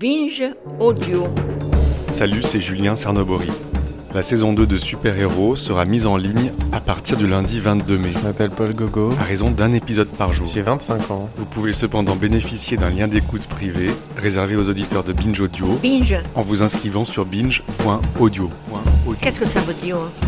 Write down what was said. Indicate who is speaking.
Speaker 1: Binge audio.
Speaker 2: Salut, c'est Julien Cernobori. La saison 2 de Super Héros sera mise en ligne à partir du lundi 22 mai,
Speaker 3: Je m'appelle Paul Gogo,
Speaker 2: à raison d'un épisode par jour.
Speaker 3: j'ai 25 ans.
Speaker 2: Vous pouvez cependant bénéficier d'un lien d'écoute privé réservé aux auditeurs de Binge Audio
Speaker 1: Binge.
Speaker 2: en vous inscrivant sur binge.audio.
Speaker 1: um Qu'est-ce que ça veut dire hein